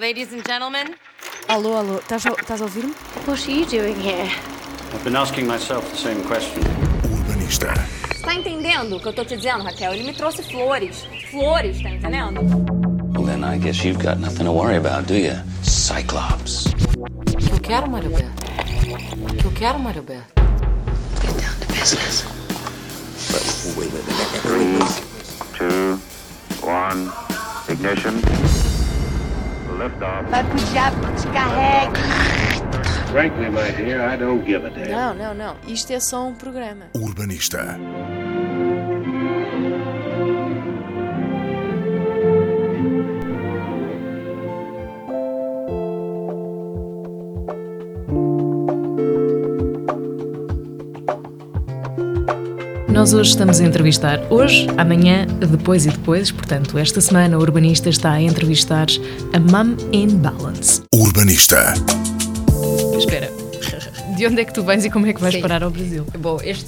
Ladies and gentlemen, Alô, alô, estás a, estás a ouvir-me? What are you doing here? I've been asking myself the same question. O urbanista. Tá entendendo o que eu tô te dizendo, Raquel? Ele me trouxe flores. Flores, tá entendendo? Well, then I guess you've got nothing to worry about, do you? Cyclops. o que eu quero, Mário Beto? O que eu quero, Mário Beto? Get down to business. two, one, ignition. Liftoff. Frankly, my dear, I don't give a damn. Não, não, não. Isto é só um programa. O urbanista. Nós hoje estamos a entrevistar hoje, amanhã, depois e depois. Portanto, esta semana o Urbanista está a entrevistar a Mum in Balance. O urbanista. Espera, de onde é que tu vens e como é que vais Sim. parar ao Brasil? Bom, este